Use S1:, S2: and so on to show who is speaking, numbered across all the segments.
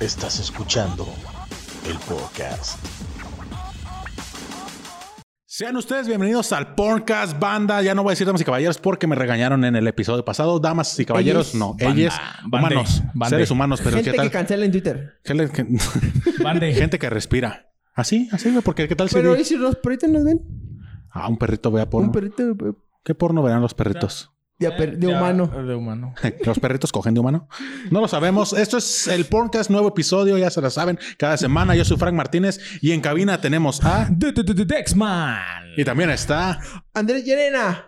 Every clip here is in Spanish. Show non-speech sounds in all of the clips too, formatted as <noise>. S1: Estás escuchando el podcast.
S2: Sean ustedes bienvenidos al Porncast Banda. Ya no voy a decir damas y caballeros porque me regañaron en el episodio pasado. Damas y caballeros,
S3: Ellos.
S2: no.
S4: Banda.
S2: Ellas,
S4: Bande.
S2: humanos,
S4: Bande.
S2: seres humanos, pero
S3: Gente
S2: ¿qué
S3: que
S2: tal?
S3: cancela en Twitter.
S2: Gente <laughs> que,
S4: Bande.
S2: gente que respira. Así, así, güey, porque ¿qué tal si...
S3: Pero
S2: di-
S3: ¿y si los perritos nos ven?
S2: Ah, un perrito vea porno.
S3: Un perrito de,
S2: ¿Qué porno verán los perritos?
S3: de- de
S4: Ya,
S3: humano.
S4: De humano.
S2: <laughs> ¿Los perritos cogen de humano? No lo sabemos. Esto es el Porncast, nuevo episodio, ya se la saben. Cada semana yo soy Frank Martínez y en cabina tenemos a...
S4: De- de- de- de- Dexman.
S2: Y también está...
S3: Andrés Llerena.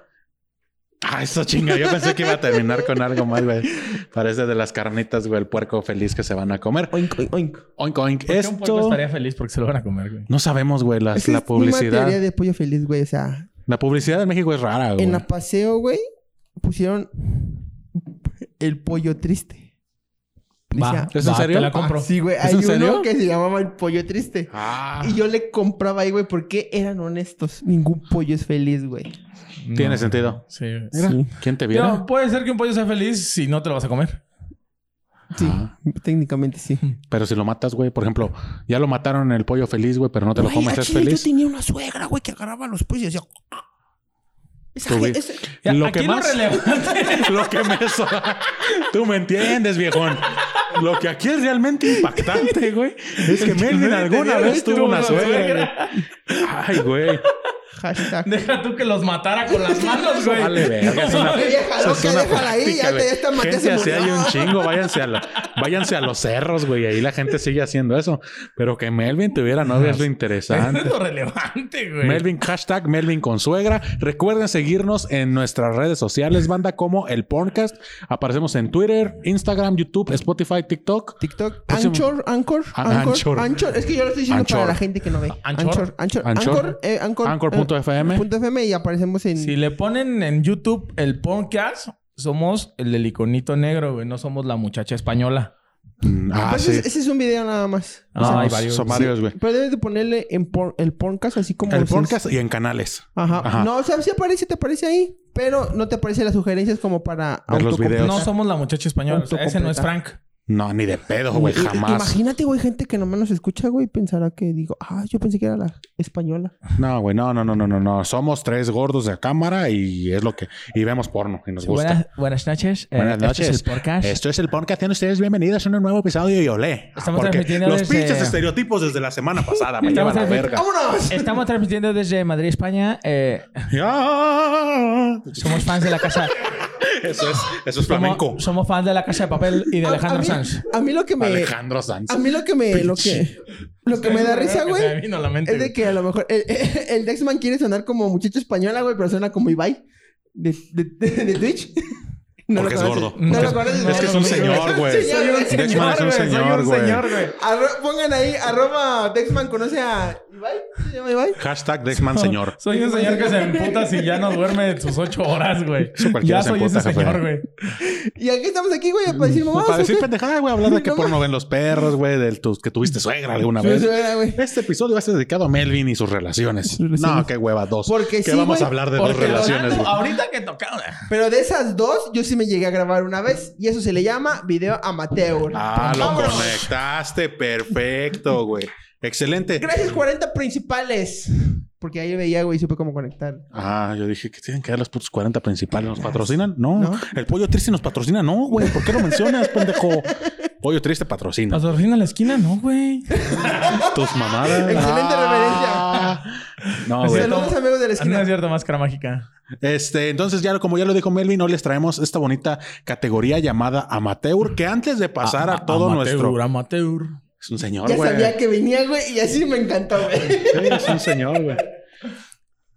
S2: Ah, eso chinga. Yo pensé que iba a terminar con algo más, güey. Parece de las carnitas, güey, el puerco feliz que se van a comer.
S3: Oink, oink, oink.
S2: Oink, oink.
S4: ¿Por qué un puerco
S2: Esto...
S4: estaría feliz porque se lo van a comer, güey.
S2: No sabemos, güey, las-
S3: Esa
S2: la
S3: es Una teoría
S2: publicidad.
S3: de pollo feliz, güey. O sea,
S2: La publicidad en México es rara, güey.
S3: en la paseo, güey, pusieron el pollo triste.
S4: Va,
S2: ¿Es
S4: va,
S2: en serio?
S4: Te la compro.
S3: ah, sí, güey. Hay
S2: en
S3: uno
S2: serio?
S3: que se llamaba el pollo triste.
S2: Ah,
S3: Y yo le compraba ahí, güey, porque eran honestos. Ningún pollo es feliz, güey.
S4: No.
S2: tiene sentido.
S4: Sí. güey.
S2: Mira,
S4: Sí.
S2: ¿quién te viera?
S4: No, puede ser que un pollo sea feliz si no te lo vas a comer.
S3: Sí,
S2: Ah.
S3: técnicamente sí.
S2: Pero si lo matas, güey, por ejemplo, ya lo mataron en el pollo feliz, güey, pero no te lo
S3: Güey,
S2: comes,
S3: a
S2: es
S3: Chile
S2: feliz.
S3: Yo tenía una suegra, güey, que agarraba los pollos y hacía... Esa
S2: Tú,
S3: gen-
S2: güey.
S3: esa-
S4: Ya,
S2: Lo
S4: aquí
S2: que más-
S4: lo
S2: <laughs>
S4: relevante. <laughs>
S2: lo que me so- Tú me entiendes, viejón. Lo que aquí es realmente impactante, güey,
S4: <laughs>
S2: es que Melvin alguna vez tuvo una suegra. güey. Ay, güey.
S3: Hashtag.
S4: Deja tú que los matara con las manos, güey.
S2: Vale, verga, es una-
S3: Vieja
S2: eso es
S3: loca,
S2: una
S3: déjala ahí,
S2: práctica,
S3: ya te-
S2: güey.
S3: ya te maté,
S2: Gente,
S3: se
S2: así hay
S3: murió.
S2: un chingo. Váyanse a, la- váyanse a los cerros, güey. Ahí la gente sigue haciendo eso. Pero que Melvin tuviera novia es lo
S4: Eso es
S2: interesante.
S4: lo relevante, güey.
S2: Melvin, hashtag Melvin con suegra. Recuerden seguirnos en nuestras redes sociales, banda, como el Porncast. Aparecemos en Twitter, Instagram, YouTube, Spotify, TikTok.
S3: TikTok.
S2: Próximo.
S3: Anchor, Anchor,
S2: A-
S3: Anchor,
S2: Anchor.
S3: Anchor, Es que yo lo estoy diciendo
S2: Anchor.
S3: para la gente que no ve.
S4: Anchor.
S3: Anchor, Anchor,
S2: Anchor.
S3: Anchor, eh, Anchor,
S2: Anchor.fm.
S3: eh, punto FM y aparecemos en...
S4: Si le ponen en YouTube el podcast, somos el del iconito negro, güey. No somos la muchacha española.
S2: Mm, Ah,
S3: Pues
S2: sí.
S3: es- ese es un video nada más.
S2: No,
S4: Ah, hay varios.
S2: son varios, güey.
S3: Pero debes de ponerle en por- el podcast así como...
S2: El
S3: Pues es-
S2: Porncast y en canales.
S3: Ajá.
S2: Ajá.
S3: No, o sea, sí aparece, te aparece ahí. Pero no te aparecen las sugerencias como para...
S2: Ver los
S3: autocompletar.
S2: videos.
S4: No somos la muchacha española. O sea, ese no es Frank.
S2: No, ni de pedo, güey,
S3: Y- y-
S2: jamás.
S3: Imagínate, güey, gente que nomás nos escucha, güey, y pensará que digo, ah, yo pensé que era la española.
S2: No, güey, no, no, no, no, no, no. Somos tres gordos de cámara y es lo que. Y vemos porno y nos gusta.
S4: Buenas, buenas noches. Eh,
S2: Buenas
S4: este
S2: noches.
S4: es el podcast.
S2: Esto es el podcast. Sean ustedes bienvenidos a un nuevo episodio y olé.
S4: Estamos
S2: Porque
S4: transmitiendo
S2: los
S4: desde-
S2: pinches estereotipos desde la semana pasada me
S4: Estamos
S2: llevan a
S4: transmitiendo-
S2: verga.
S3: ¡Vámonos!
S4: Estamos transmitiendo desde Madrid, España. Eh,
S2: Ya.
S4: somos fans de
S2: <laughs>
S4: la casa.
S2: Eso es, eso es flamenco.
S4: somos, somos fans de la casa de papel y de
S3: A- a,
S4: Eh, Alejandro
S3: mí,
S4: Sanz.
S3: a mí lo que me...
S2: Alejandro Sanz.
S3: A mí lo que me... Lo que, lo que me da risa,
S4: Que se me
S3: güey,
S4: vino a la mente,
S3: es de
S4: güey.
S3: que a lo mejor... El, <laughs> el Dexman quiere sonar como muchacho española, güey, pero suena como Ibai. De, de, de, de Twitch. <laughs> No
S2: Porque
S3: lo
S2: es
S3: conoces.
S2: gordo.
S3: No
S4: Porque-
S3: lo conoces.
S2: es que es
S3: No,
S2: un
S3: no, no,
S2: señor,
S3: no,
S2: güey.
S3: es un señor,
S4: Soy un
S3: güey.
S2: Dexman es un
S4: güey, soy
S2: señor, güey.
S4: señor, güey.
S3: Arro- Pongan ahí, arroba Dexman conoce a Ibai. ¿Se llama Ibai?
S2: Hashtag Dexman señor.
S4: Soy un señor que se emputa si ya no duerme sus ocho horas, güey.
S2: Eso cualquiera
S4: Ya
S2: se
S4: soy
S2: emputa,
S4: ese
S2: jefe.
S4: señor, güey.
S3: Y aquí estamos aquí, güey, para decir mamás.
S2: Para
S3: ¿o
S2: decir
S3: qué?
S2: pendejada, güey, hablar
S4: <laughs>
S2: de que
S3: No
S2: porno ven los perros, güey, del tu- que tuviste suegra alguna vez.
S3: Sí, suegra, güey.
S2: Este episodio va a ser dedicado a Melvin y sus relaciones. No, qué hueva, dos.
S3: Porque
S2: que
S3: sí,
S2: vamos
S3: güey.
S2: a hablar de dos
S4: Porque
S2: relaciones,
S4: hablando-
S2: güey.
S4: ahorita que tocaron.
S3: Pero de esas dos, yo sí me llegué a grabar una vez. Y eso se le llama video amateur.
S2: Ah, lo
S3: Vámonos.
S2: conectaste. Perfecto, güey. Excelente.
S3: Gracias, 40 principales. Porque ahí veía, güey, y supe cómo conectar.
S2: Ah, yo dije que tienen que dar las putas 40 principales. ¿Nos patrocinan? No.
S3: ¿No?
S2: El pollo triste nos patrocina. No, güey. ¿Por qué lo mencionas, pendejo? Pollo triste patrocina.
S4: dormidas en la esquina, no, güey.
S2: Tus mamadas.
S3: Excelente
S2: referencia. No, güey.
S3: Saludos, amigos de la
S4: No es
S3: esquina.
S4: cierto, máscara mágica.
S2: Este, entonces, ya como ya lo dijo Melvin, hoy les traemos esta bonita categoría llamada amateur. Que antes de pasar a, todo
S4: Amateur,
S2: nuestro.
S4: Amateur.
S2: Es un señor,
S3: Ya
S2: güey. Pues,
S3: sabía que venía, güey, y así me encantó, güey.
S2: Sí, es un señor, güey.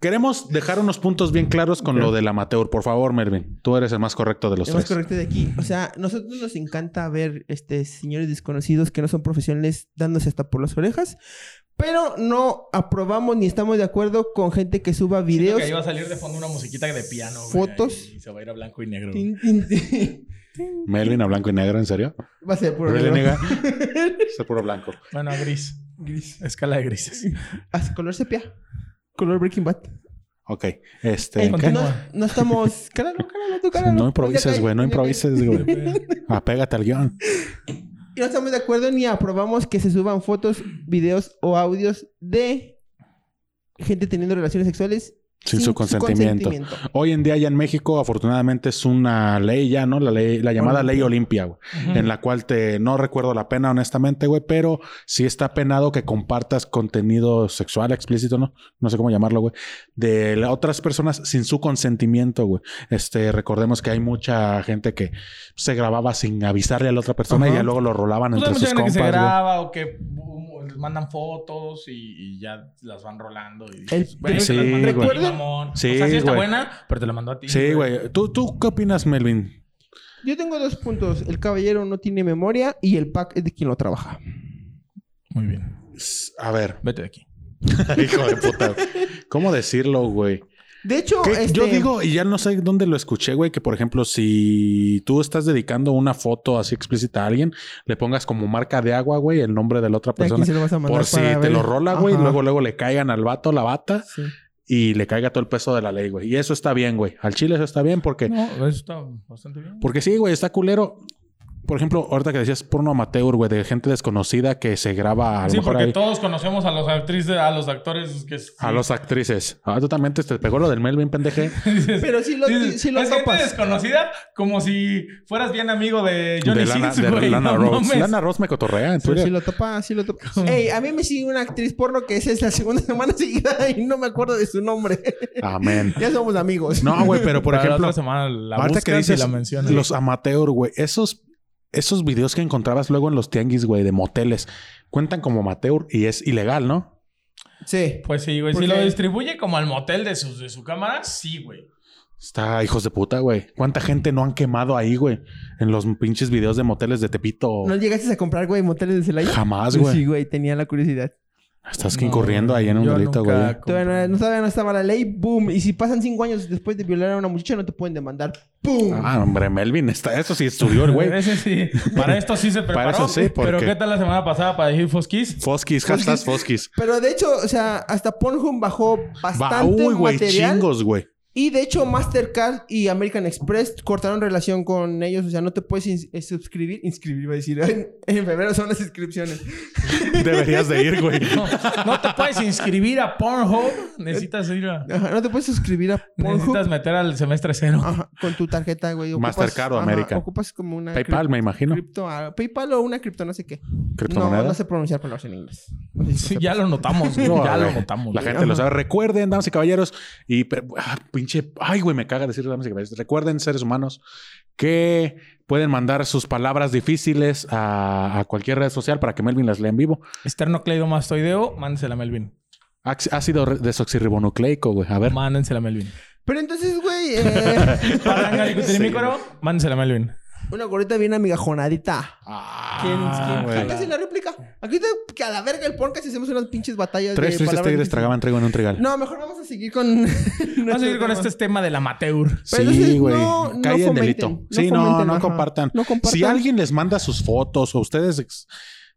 S2: Queremos dejar unos puntos bien claros con lo del amateur. Por favor, Mervin. Tú eres el más correcto de los
S3: Lo más
S2: tres.
S3: correcto de aquí. O sea, nosotros nos encanta ver este señores desconocidos que no son profesionales dándose hasta por las orejas. Pero no aprobamos ni estamos de acuerdo con gente que suba
S4: Siento
S3: videos.
S4: que ahí va a salir de fondo una musiquita de piano. güey,
S3: Fotos.
S4: Y se va a ir a blanco y negro. güey.
S3: Tin, tin, tin.
S2: Melvin a blanco y negro, ¿en serio?
S3: <laughs> Va a ser por
S2: Pero le niega.
S3: <laughs>
S2: Es puro blanco.
S4: Bueno, a gris.
S3: Gris.
S4: Escala de grises.
S3: Ah, color sepia. Color Breaking Bad.
S2: Ok.
S3: Eh,
S2: Este. ¿qué?
S3: no,
S4: continúa.
S3: no estamos... <laughs> Cara, no, cara, no, tú, cara,
S2: No improvises, güey. No
S3: <laughs>
S4: <laughs>
S3: Ya caí,
S2: improvises,
S3: ya caí.
S2: güey. Apégate al guión.
S3: Y no estamos de acuerdo ni aprobamos que se suban fotos, videos o audios de gente teniendo relaciones sexuales
S2: Sin su consentimiento. Hoy en día ya en México, afortunadamente, es una ley ya, ¿no? La ley, la llamada ley Olimpia, güey. En la cual te, no recuerdo la pena, honestamente, güey, pero sí está penado que compartas contenido sexual explícito, ¿no? No sé cómo llamarlo, güey. De la- otras personas sin su consentimiento, güey. Este, recordemos que hay mucha gente que se grababa sin avisarle a la otra persona y
S3: Ajá.
S2: ya luego lo rolaban
S4: Pues hay
S2: entre
S4: mucha
S2: sus
S4: gente que
S2: compas,
S4: se
S2: güey.
S4: graba o que um, les mandan fotos y, y ya las van rolando. Y,
S3: El-
S4: güey,
S2: Sí,
S4: te las mandé a ti,
S2: güey.
S4: mamón.
S2: Sí,
S4: o sea, sí está
S2: güey.
S4: buena, pero te la mandó a ti.
S2: Sí, güey. ¿Tú, ¿Tú qué opinas, Melvin?
S3: Yo tengo dos puntos. El caballero no tiene memoria y el pack es de quien lo trabaja.
S4: Muy bien.
S2: S- A ver. <laughs>
S4: Vete de aquí.
S2: Hijo de puta. güey. ¿Cómo decirlo, güey?
S3: De hecho,
S2: Que
S3: este,
S2: Yo digo, y ya no sé dónde lo escuché, güey, que por ejemplo, si tú estás dedicando una foto así explícita a alguien, le pongas como marca de agua, güey, el nombre de la otra
S3: ¿a quién
S2: persona.
S3: se lo vas a mandar
S2: Por si
S3: para
S2: te
S3: ver?
S2: lo rola, güey,
S3: Ajá.
S2: luego, luego le caigan al vato la bata
S3: Sí.
S2: y le caiga todo el peso de la ley, güey. Y eso está bien, güey. Al chile eso está bien porque,
S4: No, eso está bastante bien.
S2: porque sí, güey, está culero. Por ejemplo, ahorita que decías porno amateur, güey, de gente desconocida que se graba a lo
S4: Sí,
S2: mejor
S4: porque
S2: ahí-
S4: todos conocemos a los actrices, a los actores que... sí.
S2: a los actrices. Ah, tú también te, te pegó lo del Melvin, pendeje.
S4: <laughs> Dices,
S3: Pero sí lo,
S4: dices,
S3: sí lo
S4: es gente
S3: topas.
S4: desconocida como si fueras bien amigo de Johnny
S2: de Lana,
S4: Sins,
S2: de
S4: güey.
S2: Lana
S4: no
S2: Rhodes.
S4: mames.
S2: Lana Rhodes me cotorrea en
S3: Pero
S2: Twitter.
S3: sí lo topa, sí lo topa. Ey, a mí me sigue una actriz porno que esa es la segunda <laughs> semana seguida y no me acuerdo de su nombre.
S2: Amén.
S3: ya somos amigos.
S2: No, Ah, güey, pero por
S4: Para la
S2: ejemplo,
S4: otra semana la
S2: ahorita
S4: buscas
S2: que dices
S4: y la mencionas.
S2: los amateur, güey, esos, esos videos que encontrabas luego en los tianguis, güey, de moteles, cuentan como amateur y es ilegal, ¿no?
S3: Sí.
S4: Pues sí, güey.
S3: Porque-
S4: Si lo distribuye como al motel de su, de su cámara, sí, güey.
S2: Está hijos de puta, güey. ¿Cuánta gente no han quemado ahí, güey? En los pinches videos de moteles de Tepito.
S3: ¿No llegaste a comprar, güey, moteles de Celaya?
S2: Jamás, Ah, güey.
S3: Sí, güey, tenía la curiosidad.
S2: Estás
S4: No,
S2: incurriendo ahí en un
S4: yo
S2: delito,
S4: nunca
S2: güey.
S4: compré.
S3: Todavía no, no- todavía no estaba la ley, boom. Y si pasan cinco años después de violar a una muchacha, no te pueden demandar. ¡Pum!
S2: Ah, hombre, Melvin, está, eso sí estudió el güey.
S4: <laughs> Ese sí. Para esto sí se
S2: Para
S4: preparó.
S2: eso sí,
S4: Pero
S2: porque-
S4: ¿qué tal la semana pasada para decir Foskis?
S2: Foskis, hashtag Foskis.
S3: Pero de hecho, o sea, hasta Pornhub bajó
S2: Va,
S3: bastante
S2: uy, güey,
S3: material.
S2: chingos, güey.
S3: Y de hecho, Mastercard y American Express cortaron relación con ellos. O sea, no te puedes ins- eh, suscribir. Inscribir, iba a decir. <laughs> En, en febrero son las inscripciones.
S2: Deberías de ir,
S3: <laughs>
S2: güey.
S4: No, no te puedes inscribir a Pornhub. Necesitas ir a...
S3: Ajá, no te puedes suscribir a
S4: Necesitas
S3: Pornhub
S4: meter al semestre cero.
S2: Ah,
S3: ajá, con tu tarjeta, güey. Ocupas-
S2: Mastercard o
S3: ajá,
S2: American.
S3: Ocupas como una...
S2: PayPal, me
S3: cri-
S2: imagino.
S3: cripto- ah, PayPal o una cripto, no sé qué. No,
S2: Criptomoneda.
S3: no sé pronunciar palabras en inglés. No sé si
S4: <laughs> Sí,
S3: sepas.
S4: ya lo notamos, güey.
S2: No,
S4: ya lo
S2: güey.
S4: notamos.
S2: La
S4: güey.
S2: gente lo sabe. Recuerden, damas y caballeros, y pero, ah, pinche, ay, güey, me caga decir damas y caballeros. Recuerden, seres humanos, que pueden mandar sus palabras difíciles a, a cualquier red social para que Melvin las lea en vivo.
S4: Esternocleidomastoideo, mándensela a Melvin.
S2: Ax- Ácido re- desoxirribonucleico, güey. A ver.
S4: Mándensela
S2: <laughs>
S4: a Melvin.
S3: Pero entonces, güey... eh,
S4: Paranga dicutirimicuaro, mándensela a Melvin.
S3: una gorrita bien amigajonadita.
S2: Ah,
S4: ¿Quién-
S2: güey.
S4: quién-
S3: Acá sí la réplica. Aquí está que a la verga el podcast y hacemos unas pinches batallas
S2: Tres tristes
S3: palabras
S2: tigres
S3: difíciles.
S2: tragaban trigo en un trigal.
S3: No, mejor vamos a seguir con... <laughs>
S4: Vamos a seguir con este tema del amateur.
S3: Pero
S2: sí,
S3: entonces,
S2: güey.
S3: no- no
S2: Cae en
S3: fomenten,
S2: delito.
S3: no
S2: sí, no,
S3: fomenten,
S2: no
S3: ajá.
S2: compartan.
S3: No compartan.
S2: Si alguien les manda sus fotos o ustedes ex-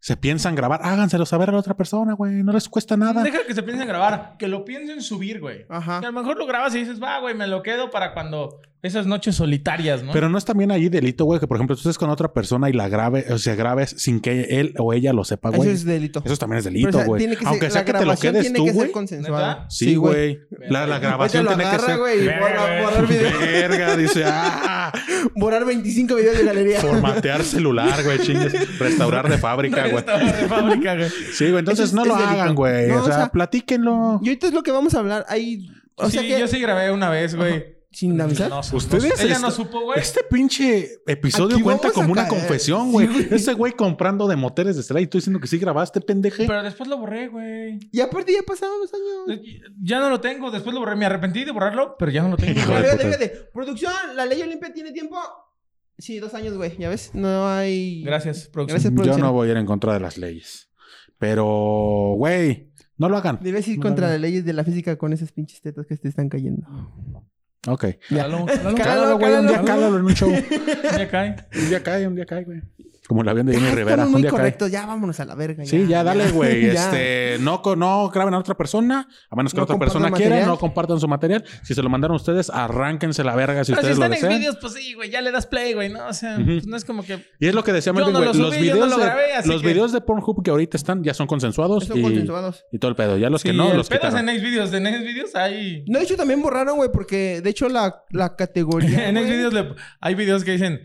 S2: se piensan grabar, háganselo saber a la otra persona, güey. No les cuesta nada.
S4: Deja que se piensen grabar, que lo piensen subir, güey.
S3: Ajá.
S4: Que a lo mejor lo grabas y dices, va, güey, me lo quedo para cuando esas noches solitarias, ¿no?
S2: Pero no es también ahí delito, güey, que por ejemplo tú estés con otra persona y la grabe, o sea, grabes sin que él o ella lo sepa,
S3: Eso
S2: Ah, güey.
S3: es
S2: Eso,
S3: delito.
S2: también es
S3: Pero, o
S2: delito,
S3: sea,
S2: güey.
S3: tiene que ser-
S2: Aunque sea
S3: la
S2: que te lo
S3: grabación
S2: quedes
S3: tiene
S2: tú,
S3: que ser
S2: güey.
S3: consensuada.
S4: ¿Neta?
S2: Sí, güey. La, la
S3: Ahorita
S2: grabación
S3: lo
S2: tiene que
S3: agarra,
S2: ser.
S3: güey, y
S4: Verga,
S3: borra-
S4: güey.
S3: borrar video.
S2: <laughs> Verga, dice, ah,
S3: Borrar 25 videos
S2: <laughs>
S3: de galería.
S2: formatear celular, güey, chingues, restaurar de fábrica, güey.
S4: <laughs> Estaba de fábrica, güey.
S2: Sí, güey, entonces
S3: Eso es-
S2: no
S3: es
S2: lo
S3: delito.
S2: hagan, güey.
S3: No,
S2: o sea, platíquenlo.
S3: Y ahorita es lo que vamos a hablar. Ahí... O sea
S4: Sí,
S3: que...
S4: yo sí grabé una vez, güey.
S3: Sin avisar.
S4: No,
S2: Ustedes
S4: no- ella
S2: esta-
S4: no supo, güey.
S2: Este pinche episodio
S3: Aquí
S2: cuenta
S3: vamos a
S2: como una
S3: caer.
S2: confesión, güey. Ese güey comprando de moteles de Estela y tú diciendo que sí grabaste, pendeje.
S4: Pero después lo borré, güey.
S3: Y aparte ya pasaron los años.
S4: Ya no lo tengo. Después lo borré. Me arrepentí de borrarlo, pero ya no lo tengo.
S2: Hijo
S4: güey.
S2: de
S3: Fíjate,
S2: puta.
S3: fíjate. Producción, la ley Olimpia tiene tiempo. Sí, dos años, güey. Ya ves, no hay.
S4: Gracias, producción.
S3: Gracias,
S2: Yo
S3: producción.
S2: no voy a ir en contra de las leyes. Pero, güey, no lo hagan.
S3: Debes ir
S2: No,
S3: contra
S2: no.
S3: las leyes de la física con esas pinches tetas que te están cayendo.
S2: Ok.
S4: Cálalo,
S2: Cálalo,
S3: Cálalo,
S4: cálalo,
S2: güey, <laughs> un día
S3: cálalo.
S2: cálalo en un show.
S4: Ya cae.
S2: Un día cae, un día cae, güey. Como el avión de Jenny
S3: Ah,
S2: Rivera.
S3: estamos
S2: Un
S3: muy
S2: día cae.
S3: correctos, ya vámonos a la verga.
S2: Sí, ya dale, güey.
S3: <laughs> ya.
S2: este, no, co- no graben a otra persona, a menos que
S3: No
S2: la otra
S3: compartan
S2: persona quiera,
S3: material.
S2: no compartan su material. Si se lo mandaron ustedes, arránquense la verga si
S4: Pero
S2: ustedes
S4: si están
S2: lo
S4: en
S2: desean.
S4: Xvideos, pues sí, güey, ya le das play, güey, ¿no? O sea,
S2: Ujú.
S4: pues no es como que...
S2: Y es lo que decía
S4: Yo
S2: Melvin,
S4: no
S2: güey.
S4: lo
S2: los
S4: subí, yo no
S2: videos,
S4: lo
S2: de-
S4: grabé, así
S2: los
S4: que-
S2: videos de Pornhub que ahorita están ya son consensuados
S3: Son
S2: y,
S3: consensuados.
S2: y todo el pedo. Ya los que
S4: Sí,
S2: no,
S4: el
S2: los
S4: pedo es
S2: quitaron.
S4: en Xvideos. En Xvideos hay...
S3: No, de hecho también borraron, güey, porque de hecho la, la categoría.
S4: <laughs> en
S3: güey,
S4: Xvideos le- hay videos que dicen...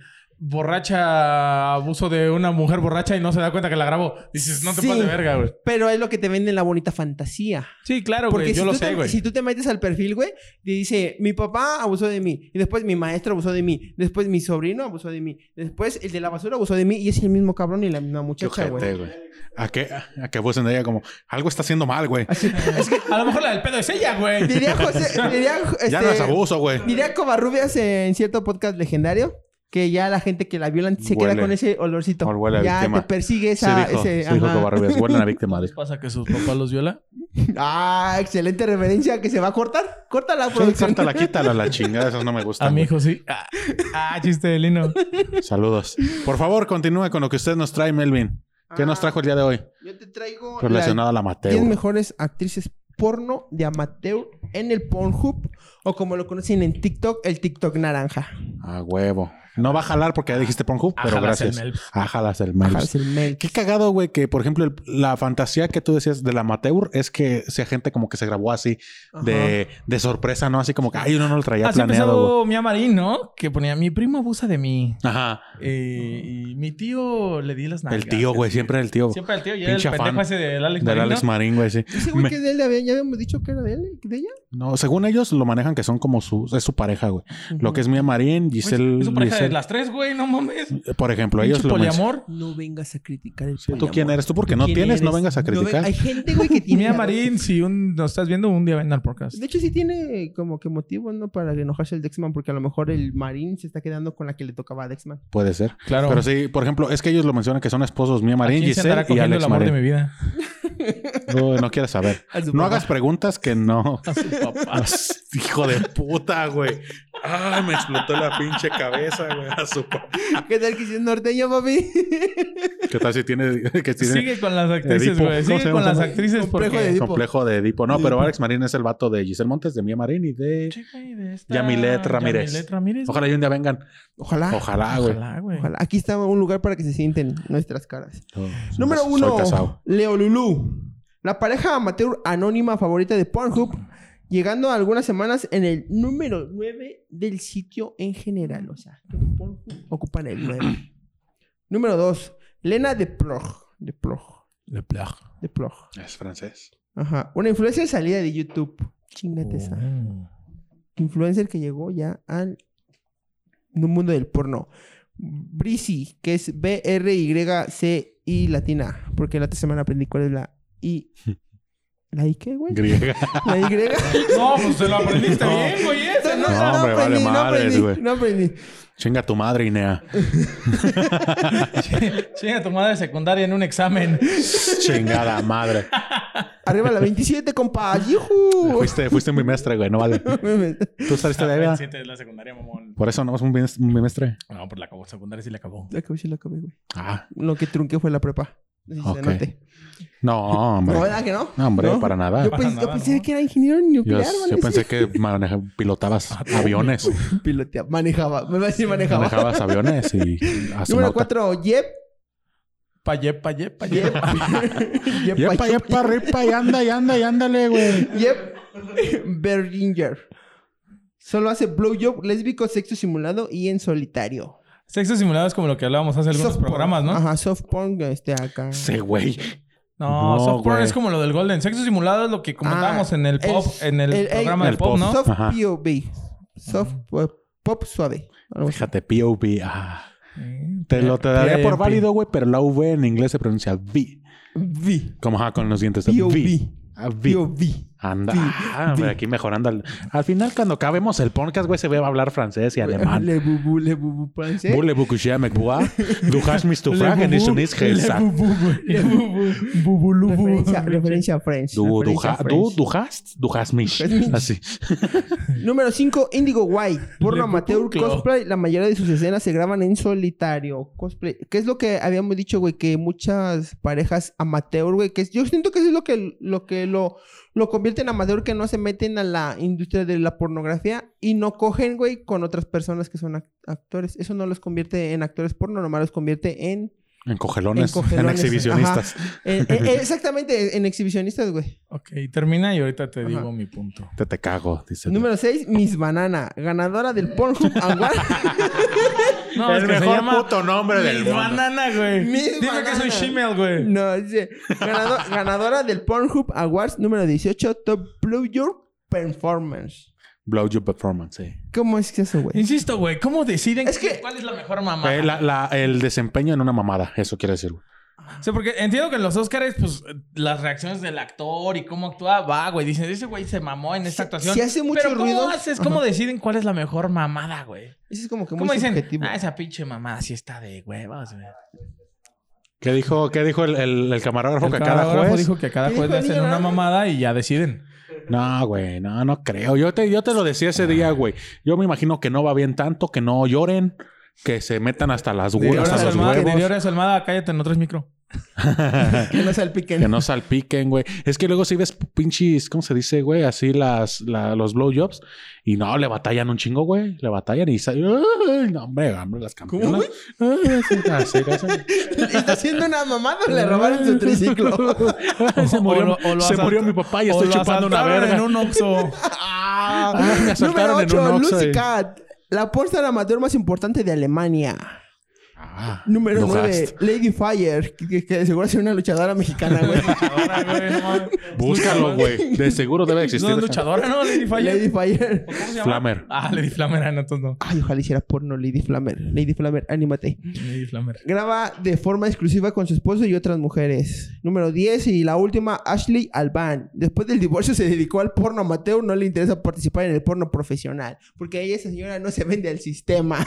S4: Borracha, abuso de una mujer borracha y no se da cuenta que la grabó. Dices, no te
S3: Sí.
S4: pases de verga, güey.
S3: Pero es lo que te venden la bonita fantasía.
S4: Sí, claro,
S3: Porque
S4: güey.
S3: si,
S4: Yo lo
S3: tú
S4: sé,
S3: te,
S4: güey.
S3: si tú te metes al perfil, güey, te dice, mi papá abusó de mí, y después mi maestro abusó de mí, después mi sobrino abusó de mí, después el de la basura abusó de mí, y es el mismo cabrón y la misma
S2: Qué
S3: muchacha,
S2: ojete,
S3: güey.
S2: güey. A que, a que fuesen de ella como, algo está haciendo mal, güey.
S4: A lo mejor la del pedo es ella, güey.
S3: Diría José, diría,
S2: <laughs> Ya no es
S3: este,
S2: abuso, güey.
S3: diría Covarrubias en cierto podcast legendario. Que ya la gente que la violan se
S2: Huele.
S3: queda con ese olorcito.
S2: Ol- huele a
S3: ya
S2: víctima.
S3: te persigue
S2: Se
S3: esa.
S2: dijo,
S3: ese-
S2: se dijo
S3: ajá.
S2: Covarrubias. Huelen a
S3: <laughs>
S2: víctima.
S4: ¿Les
S2: dijo.
S4: pasa que sus papás los viola?
S3: Ah, excelente referencia que se va a cortar. Córtala,
S2: Sí,
S3: producción.
S2: córtala, quítala la chingada. Esas no me
S4: A
S2: gustan.
S4: mi
S2: güey.
S4: hijo sí. Ah, ah, chiste de Lino.
S2: Saludos. Por favor, continúe con lo que usted nos trae, Melvin. ¿Qué nos
S3: Ah,
S2: trajo el día de hoy?
S3: Yo te traigo
S2: Relacionado
S3: las
S2: a la
S3: 10
S2: Mateo.
S3: mejores actrices porno de amateur en el Pornhub o como lo conocen en TikTok, el TikTok naranja.
S2: A Ah, huevo. No va a jalar porque ya dijiste Pornhub, pero
S4: Ájalas el
S2: gracias.
S4: Melvs.
S2: Ájalas el
S3: Ajá,
S2: Melvs.
S3: es el mail.
S2: Qué cagado, güey, que por ejemplo el- la fantasía que tú decías del amateur es que sea gente como que se grabó así de, de sorpresa, ¿no? Así como que, ay, uno no lo traía
S4: Así
S2: planeado. güey.
S4: empezó mi amarín, ¿no? Que ponía, mi primo abusa de mí.
S2: Ajá.
S4: Eh, y mi tío le di las nalgas.
S2: El tío, güey, siempre el tío.
S4: Siempre el tío. Y era el
S2: Pinche
S4: pendejo
S2: afán.
S4: ese del Alex
S2: Del
S4: Marino.
S2: Alex Marín, güey, sí.
S3: Ese güey
S2: Me-
S3: que es de él, ya había- ya habíamos dicho que era de él, de ella.
S2: No, según ellos lo manejan que son como su, es su pareja, güey. Lo que es Mía Marín,
S4: Güey,
S2: Giselle.
S4: Pues, Es su pareja de
S2: Giselle-
S4: las tres, güey. No mames.
S2: Por ejemplo, ellos
S4: Pinche
S2: lo mencionan.
S4: poliamor.
S3: No vengas a criticar el
S2: ¿Tú quién eres? Tú porque no tienes, no vengas a criticar.
S3: Hay gente, güey,
S2: <laughs>
S3: que
S4: Y
S3: tiene.
S4: mi amarín, si un, nos estás viendo, un día ven al podcast.
S3: De hecho, sí tiene como que motivo, ¿no? Para enojarse el Dexman, porque a lo mejor el Marín se está quedando con la que le tocaba a Dexman.
S2: Puede ser.
S4: Claro.
S2: Pero sí, por ejemplo, es que ellos lo mencionan que son esposos Mía
S4: ¿A
S2: Marín,
S4: quién se andará
S2: Giselle y
S4: cogiendo el
S2: Alex
S4: amor de
S2: Marín.
S4: mi vida?
S2: Uy, no quieres saber.
S3: A su
S2: No
S3: papá.
S2: hagas preguntas que <laughs> no.
S4: A su papá.
S2: Hijo de puta, güey. Ah, me explotó la pinche cabeza, güey. a su pa-
S3: ¿Qué tal <laughs> que si es norteño, papi? <laughs>
S2: ¿Qué tal si tiene, <laughs> que tiene
S4: Sigue con las actrices,
S2: Edipo. ¿Cómo
S4: güey.
S2: se
S4: Sigue
S2: llama
S4: con
S2: esa
S4: las
S2: madre?
S4: actrices
S3: Complejo de
S4: porque...
S3: Edipo.
S2: complejo de Edipo? No, pero
S3: Edipo.
S2: Alex Marín es el vato de Giselle Montes, de Mía Marín y de
S4: Che, güey, de esta-
S2: Yamilet Ramírez.
S4: Yamilet Ramírez.
S2: Ojalá y un día vengan.
S3: Ojalá.
S2: Ah, Ojalá, güey.
S4: Ojalá, güey.
S3: Ojalá. Aquí está un lugar para que se sienten nuestras caras.
S2: No,
S3: Número
S2: soy
S3: uno,
S2: casado.
S3: Leo Lulú. La pareja amateur anónima favorita de Pornhub, llegando a algunas semanas en el número 9 del sitio en general. O sea, que en Pornhub ocupan el 9. <clears throat> número 2, Lena de Ploj. De Ploj.
S4: Le plaj.
S3: De Ploj.
S2: Es
S3: <laughs>
S2: francés.
S3: Ajá. Una influencer salida de YouTube. Chingate esa.
S4: Oh.
S3: influencer que llegó ya al en un mundo del porno. Brizy, que es B-R-Y-C-I latina. Porque la otra semana aprendí cuál es la I.
S2: <laughs>
S3: ¿La I qué, güey?
S2: Griega.
S3: La Y.
S2: <laughs>
S4: No, pues te lo aprendiste bien, güey. ¿eh? ese, ¿no?
S2: No, hombre, vale
S3: no
S2: madres,
S3: aprendí,
S2: güey.
S3: no aprendí.
S2: Chinga tu madre,
S3: <laughs>
S2: Inea. <laughs>
S4: Chinga tu madre secundaria en un examen.
S2: Chingada madre.
S3: Arriba la 27, compa. <laughs> ¡Yujú!
S2: Fuiste, fuiste un bimestre, güey. No vale. Tú saliste <laughs> de ahí, ¿verdad?
S4: 27 es la secundaria, mamón.
S2: Por eso no es un bimes- un bimestre.
S4: No, pues la acabó. Secundaria sí la acabó.
S3: La acabé, sí la acabé, güey.
S2: Ah,
S3: Lo que trunqué fue la prepa. No sé si se
S2: Ok.
S3: note.
S2: no, hombre.
S3: No, ¿verdad que no?
S2: No, hombre,
S3: No.
S2: para nada.
S3: Yo,
S4: Para
S3: pens- yo
S4: nada,
S3: pensé
S4: ¿no?
S3: que era ingeniero
S2: Yo,
S3: nuclear,
S2: yo
S3: ¿vale?
S2: pensé que maneja- pilotabas <laughs> aviones.
S3: <laughs> Pilotea- manejaba. Me va a decir manejaba.
S2: Manejabas aviones <laughs> y
S3: Número
S2: astronauta.
S3: 4, Yep.
S4: Payep, payep, <laughs> payep.
S3: Yep. Yep,
S2: Yepa,
S3: yep,
S2: yepa, ripa, y anda, y anda, y ándale, güey.
S3: yep. Berlinger. Solo hace blowjob, lésbico, sexo simulado y en solitario.
S4: Sexo simulado es como lo que hablábamos hace algunos
S3: Soft porn.
S4: programas, ¿no?
S3: Ajá, soft porn, este, acá.
S2: Sí, güey.
S4: No,
S2: No,
S4: soft porn
S2: güey.
S4: es como lo del Golden. Sexo simulado es lo que comentábamos en el
S3: el-
S4: pop, en el,
S3: Ah, el- el-
S4: programa
S2: el
S4: del pop,
S2: pop.
S4: ¿no?
S3: Soft
S2: Ajá.
S3: POV. Soft eh, pop suave. Algo así.
S2: Fíjate, POV. ah. Te lo te daría por válido, güey, pero la V en inglés se pronuncia V.
S3: V.
S2: Como ajá, con los dientes.
S3: POV.
S2: V. Ah, V.
S3: POV.
S2: Anda, ah, güey, aquí mejorando. Al, al final, cuando acabemos el podcast, güey, se va a hablar francés y alemán.
S3: Le bubu, le bubu francés.
S2: Bule bukushia <laughs> mekbua, du hast mich zu fragen, ist nicht gesagt.
S4: <laughs>
S3: Referencia, referencia a French.
S2: Du, du,
S3: referencia a
S2: ha-
S3: French.
S2: du, du hast, du hast mich. Así.
S3: Número 5, Indigo White. Por
S4: Le
S3: amateur
S4: Cucuclo.
S3: cosplay, la mayoría de sus escenas se graban en solitario. Cosplay. ¿Qué es lo que habíamos dicho, güey? Que muchas parejas amateur, güey. Que es- yo siento que eso es lo que lo, que lo, lo convierte en amateur, que no se meten a la industria de la pornografía y no cogen, güey, con otras personas que son act- actores. Eso no los convierte en actores porno, nomás los convierte en.
S2: En cogelones,
S3: En
S2: en
S3: cogelones,
S2: exhibicionistas.
S3: en- en- en- exactamente, en exhibicionistas, güey.
S4: Ok, termina y ahorita te
S3: Ajá.
S4: digo mi punto.
S2: Te te cago, dice.
S3: Número 6, Miss Banana, ganadora del Pornhub Award.
S4: No, es que se llama
S2: puto nombre
S4: Miss Banana, güey.
S3: Miss
S4: Dime que
S3: Banana.
S4: soy Shimel, güey.
S3: No, dice,
S2: <laughs>
S3: ganado- ganadora del Pornhub Awards número 18, Top Blue Your Performance.
S2: Blow your performance, sí.
S3: ¿Cómo es que eso, güey?
S4: Insisto, güey, ¿cómo deciden
S3: Es que-
S4: cuál es la mejor mamá?
S2: Eh, la- la- el desempeño en una mamada, eso quiere decir. güey.
S4: O sea, porque entiendo que en los Oscars, pues, las reacciones del actor y cómo actúa, va, güey. Dicen, ese güey se mamó en
S3: Sí-
S4: esta actuación.
S3: sí hace mucho
S4: Pero ¿cómo
S3: ruido.
S4: haces? ¿Cómo deciden cuál es la mejor mamada, güey?
S3: Eso es como que muy
S4: ¿Cómo dicen?
S3: subjetivo.
S4: Ah, esa pinche mamada sí está de huevas, güey.
S2: ¿Qué dijo, qué dijo el, el- el camarógrafo
S4: El
S2: que a cada
S4: camarógrafo
S2: juez?
S4: dijo que a cada
S3: ¿Qué
S4: juez le
S3: dijo el
S4: hacen una
S3: niño?
S4: mamada y ya deciden.
S2: No, güey, no, no creo. Yo te, yo te lo decía ese día, güey. Yo me imagino que no va bien tanto, que no lloren, que se metan hasta las hue-
S4: Diría
S2: hasta
S4: Horacio
S2: los
S4: Almada, diría
S2: huevos,
S4: Horacio Almada, cállate, no traes <laughs> micro.
S3: Que no salpiquen. <laughs>
S2: que no salpiquen, güey. Es que luego si ves pinches, ¿cómo se dice, güey? Así las, la- los blowjobs y no, le batallan un chingo, güey. Le batallan y sale. Ay, No, hombre, hombre, las campeonas. Ay, sí, así, así.
S3: <laughs> Está haciendo una mamada, le robaron su triciclo.
S2: Ay, se murió,
S4: O lo- o lo
S2: se
S4: asalta-
S2: murió mi papá y estoy
S4: o lo
S2: chupando una
S4: asaltaron
S2: verga.
S4: en <laughs> un Oxxo.
S2: <laughs> Ah, me
S3: número
S2: asaltaron en
S3: 8,
S2: un Oxxo
S3: Lucy
S2: y-
S3: Cat, la pornstar amateur más importante de Alemania.
S2: Ah,
S3: Número
S2: lo
S3: 9,
S2: gasto.
S3: Lady Fire, que, que- que de seguro es una luchadora mexicana,
S2: <laughs>
S3: güey.
S4: Ahora, güey, no mames.
S3: <laughs>
S2: Búscalo, güey. De seguro debe
S4: No
S2: existir.
S4: es luchadora, ¿no? Lady Fire.
S3: Lady Fire.
S4: ¿Cómo se llama?
S2: Flamer.
S4: Ah, Lady Flamer, ah, no, entonces no.
S3: Ay, ojalá hiciera porno Lady Flamer. Lady Flamer, anímate.
S4: Lady Flamer.
S3: Graba de forma exclusiva con su esposo y otras mujeres. Número 10 y la última, Ashley Alban. Después del divorcio se dedicó al porno amateur, no le interesa participar en el porno profesional, porque ella, esa señora, no se vende al
S4: <laughs>
S3: sistema.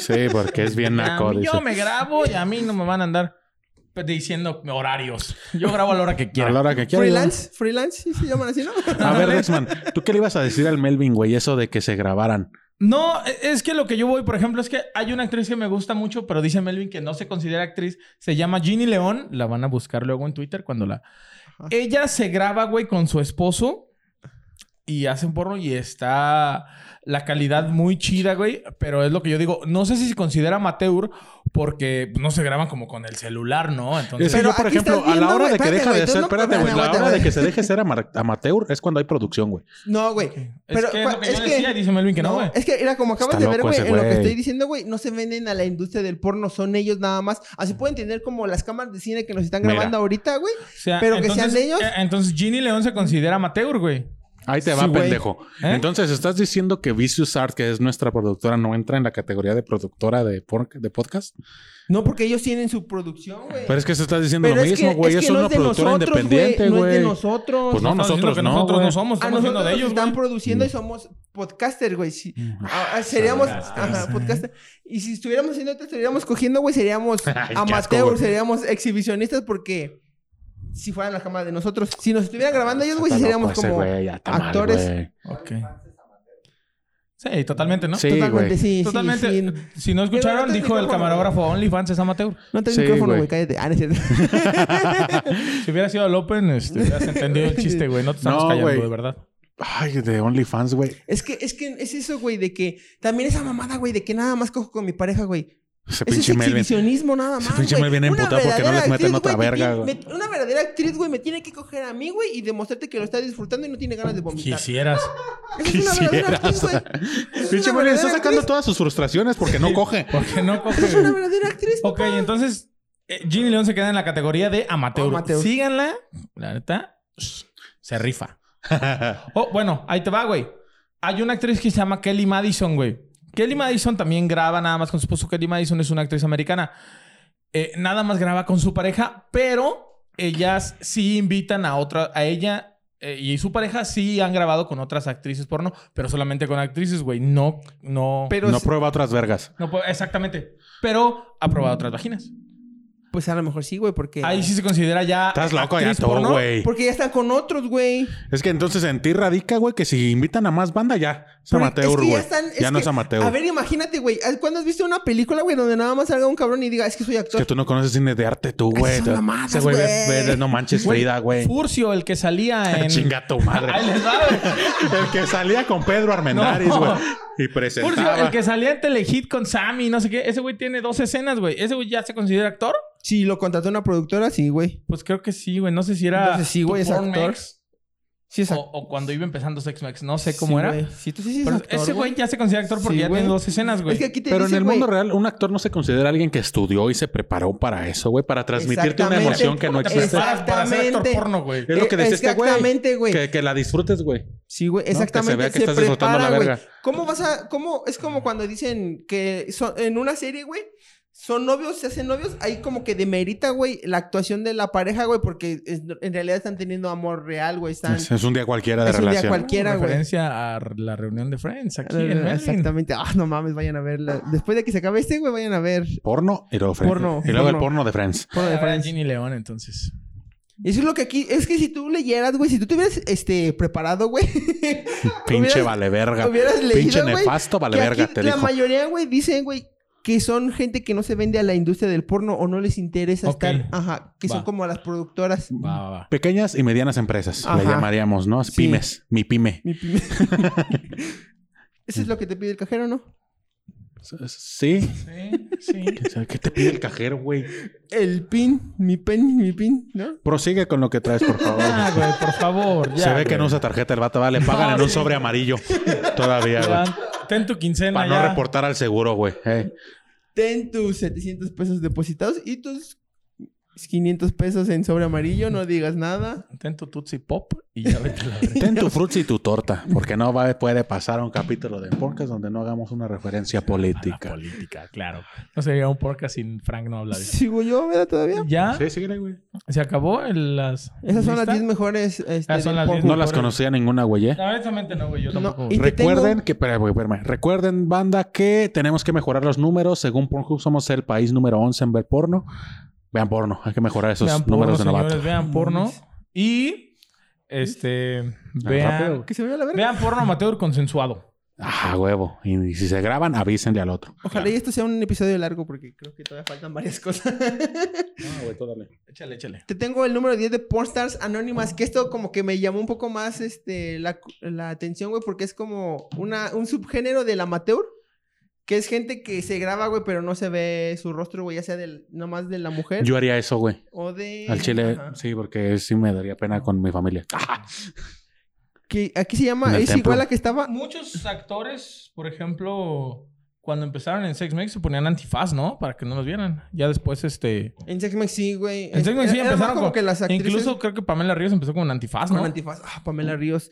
S2: Sí, porque es
S3: Ah,
S2: bien
S4: A
S2: naco.
S4: mí
S2: dice.
S4: yo me grabo y a mí no me van a andar diciendo horarios. Yo grabo a la hora que
S2: A la
S4: quiera.
S2: hora que quiera.
S3: freelance, freelance, sí se llaman así,
S4: <laughs>
S3: ¿no?
S4: Ah,
S2: A
S3: <laughs>
S2: ver, Dexman, ¿tú qué le ibas a decir al Melvin, güey? Eso de que se grabaran.
S4: No, e- es que lo que yo voy, por ejemplo, es que hay una actriz que me gusta mucho, pero dice Melvin que no se considera actriz. Se llama Ginny León. La van a buscar luego en Twitter cuando la... Ella se graba, güey, con su esposo. Y hacen porno y está la calidad muy chida, güey. Pero es lo que yo digo. No sé si se considera amateur porque no se graban como con el celular, ¿no? Entonces...
S2: Es que
S3: Pero
S2: yo, por
S3: aquí
S2: ejemplo,
S3: estás
S2: a la
S3: viendo,
S2: hora de
S3: güey,
S2: que deja
S3: espérate,
S2: de
S3: güey, tú
S2: ser,
S3: no-
S2: espérate, güey, la
S3: espérate,
S2: hora de
S3: güey.
S2: que se deje ser amar- amateur es cuando hay producción, güey.
S3: No, güey. Pero
S4: es que es
S3: pa-
S4: lo que yo decía, dice Melvin que no, güey.
S3: es que era como acabas
S2: Está
S3: de ver,
S2: loco
S3: güey,
S2: ese
S3: en lo que
S2: güey.
S3: estoy diciendo, güey, no se venden a la industria del porno, son ellos nada más. Así pueden tener como las cámaras de cine que nos están
S2: Mira.
S3: grabando ahorita, güey.
S4: O sea,
S3: pero que sean de ellos.
S4: eh, entonces Ginny León se considera amateur, güey.
S2: Ahí te va,
S4: Sí, güey.
S2: pendejo.
S4: ¿Eh?
S2: Entonces, ¿estás diciendo que Vicious Art, que es nuestra productora, no entra en la categoría de productora de, por- de podcast?
S3: No, porque ellos tienen su producción, güey.
S2: Pero es que se estás diciendo
S3: Pero
S2: lo
S3: es que-
S2: mismo, güey.
S3: es
S2: Es,
S3: que no
S2: una
S3: es de
S2: productora
S3: nosotros,
S2: independiente,
S3: güey,
S2: güey.
S3: No es de nosotros.
S2: Pues no,
S4: Estamos diciendo
S2: nosotros
S4: que
S2: no,
S4: Nosotros
S2: güey.
S4: no somos,
S3: a
S4: estamos siendo
S3: nosotros
S4: de
S3: nos
S4: ellos,
S3: están
S4: güey.
S3: produciendo y
S2: Mm.
S3: somos podcaster, güey. Si- ah, ah, seríamos ajá, podcaster. Y si estuviéramos haciendo esto, estuviéramos cogiendo, güey, seríamos
S2: <laughs> Ay, qué asco,
S3: amateurs,
S2: güey.
S3: seríamos exhibicionistas porque si fueran la cámara de nosotros, si nos estuvieran grabando ellos, güey, sí
S2: Está
S3: seríamos
S2: loco ese,
S3: como
S2: güey, ya está mal,
S3: actores.
S2: güey.
S4: Ok. Sí, totalmente, ¿no?
S2: Sí,
S3: Totalmente,
S2: güey.
S3: sí,
S4: Totalmente.
S3: sí, sí.
S4: Si no escucharon,
S3: Pero no te
S4: dijo el
S3: micrófono,
S4: camarógrafo OnlyFans es amateur.
S3: No tengo
S2: Sí,
S3: micrófono, güey,
S2: güey.
S3: cállate. Ah, no es cierto.
S4: Si hubiera sido el Open, este, hubieras entendido el chiste, güey. No te estamos
S2: No,
S4: callando,
S2: güey.
S4: de verdad.
S2: Ay, de OnlyFans, güey.
S3: <laughs> es que, es que es eso, güey, de que también esa mamada, güey, de que nada más cojo con mi pareja, güey.
S2: Ese
S3: Eso
S2: Este pinche
S3: es
S2: Melvin.
S3: exhibicionismo nada más.
S2: Ese pinche
S3: güey.
S2: Melvin
S3: Una
S2: emputado porque no les
S3: verdadera
S2: meten
S3: actriz,
S2: otra
S3: güey, te
S2: verga,
S3: tiene- me- una verdadera actriz, güey, me tiene que coger a mí, güey, y demostrarte que lo está disfrutando y no tiene ganas de vomitar.
S4: Quisieras.
S3: Esa es una verdadera
S2: <laughs>
S3: actriz, güey. Es
S2: Pinche
S3: una
S2: Melvin está
S3: verdadera
S2: sacando
S3: actriz.
S2: todas sus frustraciones porque no coge.
S4: Porque no coge.
S2: <laughs>
S3: Es una verdadera actriz.
S4: Ok, entonces eh, Ginny León se queda en la categoría de amateur.
S3: Amateur.
S4: Síganla. La neta, shh, se rifa. Oh, bueno, ahí te va, güey. Hay una actriz que se llama Kelly Madison, güey. Kelly Madison también graba nada más con su esposo. Kelly Madison es una actriz americana. Eh, nada más graba con su pareja, pero ellas sí invitan a otra, a ella eh, y su pareja sí han grabado con otras actrices porno, pero solamente con actrices, güey. No, no.
S2: no prueba otras vergas.
S4: no puedo- exactamente. Pero ha probado otras vaginas.
S3: Pues a lo mejor sí, güey, porque.
S4: Ahí sí se considera ya.
S2: Estás loco ya
S4: actriz
S2: todo,
S4: porno.
S2: güey.
S3: Porque ya está con otros, güey.
S2: Es que entonces en ti radica, güey, que si invitan a más banda ya. Es
S3: Pero
S2: amateur,
S3: es que
S2: güey. ya
S3: están- es
S2: no
S3: que-
S2: es amateur.
S3: A ver, imagínate, güey. ¿Cuándo has visto una película, güey, donde nada más salga un cabrón y diga, es que soy
S2: es
S3: actor?
S2: que tú no conoces cine de arte, tú, güey.
S3: son
S2: Te-
S3: mamadas,
S2: Ese güey ve-
S3: güey.
S2: ve- no manches
S4: Güey,
S2: Frida, güey.
S4: Furcio, el que
S2: <laughs>
S4: salía en.
S2: Chinga tu madre.
S4: Ahí les va,
S2: <laughs>
S4: güey.
S2: El que salía con Pedro Armendáriz,
S4: No.
S2: güey. Y
S4: Furcio, el
S2: presentaba.
S4: que salía en Telehit con Sammy, no sé qué. Ese güey tiene dos escenas, güey. ¿Ese güey ya se considera actor?
S3: Si lo contrató una productora, sí, güey.
S4: Pues creo que sí, güey. No sé si era.
S3: Entonces sí, güey, es
S4: Porn
S3: actor.
S4: Max
S3: Sí, es
S4: O,
S3: actor.
S4: o cuando iba empezando Sex Max. No Oh, sé cómo
S3: Sí,
S4: era.
S3: güey. Sí, tú sí, sí es
S4: Pero
S3: actor,
S4: ese güey ya se considera actor porque
S3: Sí,
S4: ya
S3: güey.
S4: tiene dos escenas, güey.
S3: Es que aquí te
S2: Pero en
S3: dice,
S2: el
S3: güey,
S2: mundo real, un actor no se considera alguien que estudió y se preparó para eso, güey, para transmitirte una
S3: Exactamente.
S2: emoción que no
S4: ¿Cómo te
S2: existe.
S4: preparas para ser actor
S3: Exactamente.
S4: porno, güey.
S2: Es lo que
S3: Eh,
S2: decía este güey.
S3: Exactamente, güey.
S2: Que, que la disfrutes, güey.
S3: Sí, güey,
S2: se
S3: exactamente.
S2: vea que
S3: se
S2: estás disfrutando
S3: prepara,
S2: la
S3: güey.
S2: verga.
S3: ¿Cómo vas a.? Cómo, es como cuando dicen que son- en una serie, güey, son novios, se hacen novios. Ahí como que demerita, güey, la actuación de la pareja, güey, porque es- en realidad están teniendo amor real, güey. Están.
S2: Es, es un día cualquiera de
S3: Es un día
S2: relación.
S3: cualquiera, güey.
S4: referencia a la reunión de Friends aquí en Melvin.
S3: Exactamente. Ah, no mames, vayan a verla. Después de que se acabe este, güey, vayan a ver.
S2: Porno y luego Friends.
S3: Porno,
S2: y luego
S3: porno.
S2: el porno de Friends.
S3: Porno de
S4: Ah,
S3: Friends.
S4: Ginny León, entonces.
S3: Eso es lo que aquí. Es que si tú leyeras, güey, si tú te hubieras este, preparado, güey.
S2: <laughs> Pinche
S3: hubieras-
S2: vale verga.
S3: hubieras leído,
S2: Pinche
S3: güey,
S2: nefasto vale
S3: que
S2: verga,
S3: aquí
S2: te
S3: la
S2: dijo.
S3: mayoría, güey, dicen, güey, que son gente que no se vende a la industria del porno o no les interesa
S4: Ok.
S3: estar. Ajá. Que son
S4: Va.
S3: como las productoras.
S4: Va, va, va.
S2: Pequeñas y medianas empresas, le
S3: Ajá.
S2: llamaríamos, ¿no?
S3: Sí.
S2: Pymes, mi pyme.
S3: Mi primer- <laughs> Eso es lo que te pide el cajero, ¿no?
S2: Sí.
S4: Sí,
S3: <laughs>
S4: sí.
S2: ¿Qué te pide el cajero, güey?
S3: El pin, mi pen, mi pin, ¿no?
S2: Prosigue con lo que traes, por <laughs> favor.
S4: Ah, güey, por favor. Ya,
S2: Se ve que
S4: güey.
S2: no usa tarjeta el vato, vale. Pagan en un
S4: sí.
S2: sobre amarillo todavía, güey.
S4: Ya, Ten tu quincena
S2: Para
S4: ya.
S2: no reportar al seguro, güey. Eh,
S3: Ten tus 700 pesos depositados y tus 500 pesos en sobre amarillo, no digas nada.
S4: Ten tu Tootsie Pop y ya vete a la
S2: <laughs>
S4: verga.
S2: Ten tu fruits y tu torta, porque no va, puede pasar un capítulo de podcast donde no hagamos una referencia
S4: La
S2: política.
S4: política, claro. No sería un podcast sin Frank no habla de eso.
S3: ¿Sigo yo, verdad, todavía?
S4: Ya
S2: Sí, síguele, güey.
S4: se acabó el- las.
S3: Esas son las
S4: ¿lista?
S3: 10 mejores. Este,
S4: Ah, son
S3: del
S4: las
S3: Pornhub.
S2: No las conocía ninguna, güey, eh.
S4: Honestamente no, güey. Yo
S3: No,
S4: tampoco.
S3: y- te
S2: Recuerden
S3: tengo-
S2: que, espera, güey, espérame. recuerden, banda, que tenemos que mejorar los números. Según Pornhub, somos el país número 11 en ver porno. Vean porno, hay que mejorar esos
S4: vean porno,
S2: números de novato.
S4: señores,
S3: Mm.
S4: vean porno.
S3: Mames.
S4: Y este
S2: Ah, rápido.
S4: vean,
S3: Que se vaya a la verga.
S4: vean porno amateur consensuado.
S2: Ah, huevo. Y si se graban, avísenle al otro.
S3: Ojalá y esto sea un episodio largo porque creo que todavía faltan varias cosas. <laughs>
S2: Ah, güey, todale.
S4: Échale, échale.
S3: Te tengo el número 10 de Pornstars Anónimas, que esto como que me llamó un poco más este, la, la atención, güey, porque es como una, un subgénero del amateur, que es gente que se graba, güey, pero no se ve su rostro, güey, ya sea del, nomás de la mujer
S2: Yo haría eso, güey.
S3: o de...
S2: Al chile,
S3: ¿Eh? Ajá.
S2: sí, porque sí me daría pena con mi familia. Ah,
S3: Que aquí se
S2: En
S3: llama,
S2: el
S3: es
S2: templo.
S3: igual a que estaba...
S4: Muchos actores, por ejemplo, cuando empezaron en Sex Mex se ponían antifaz, ¿no? Para que no los vieran. Ya después, este.
S3: En Sex Mex sí, güey.
S4: En Sex Mex sí
S3: Era- era más
S4: empezaron
S3: como
S4: con-
S3: que las actrices
S4: Incluso creo que Pamela Ríos empezó con antifaz,
S3: con
S4: ¿no?
S3: antifaz. Ah, Pamela Ríos.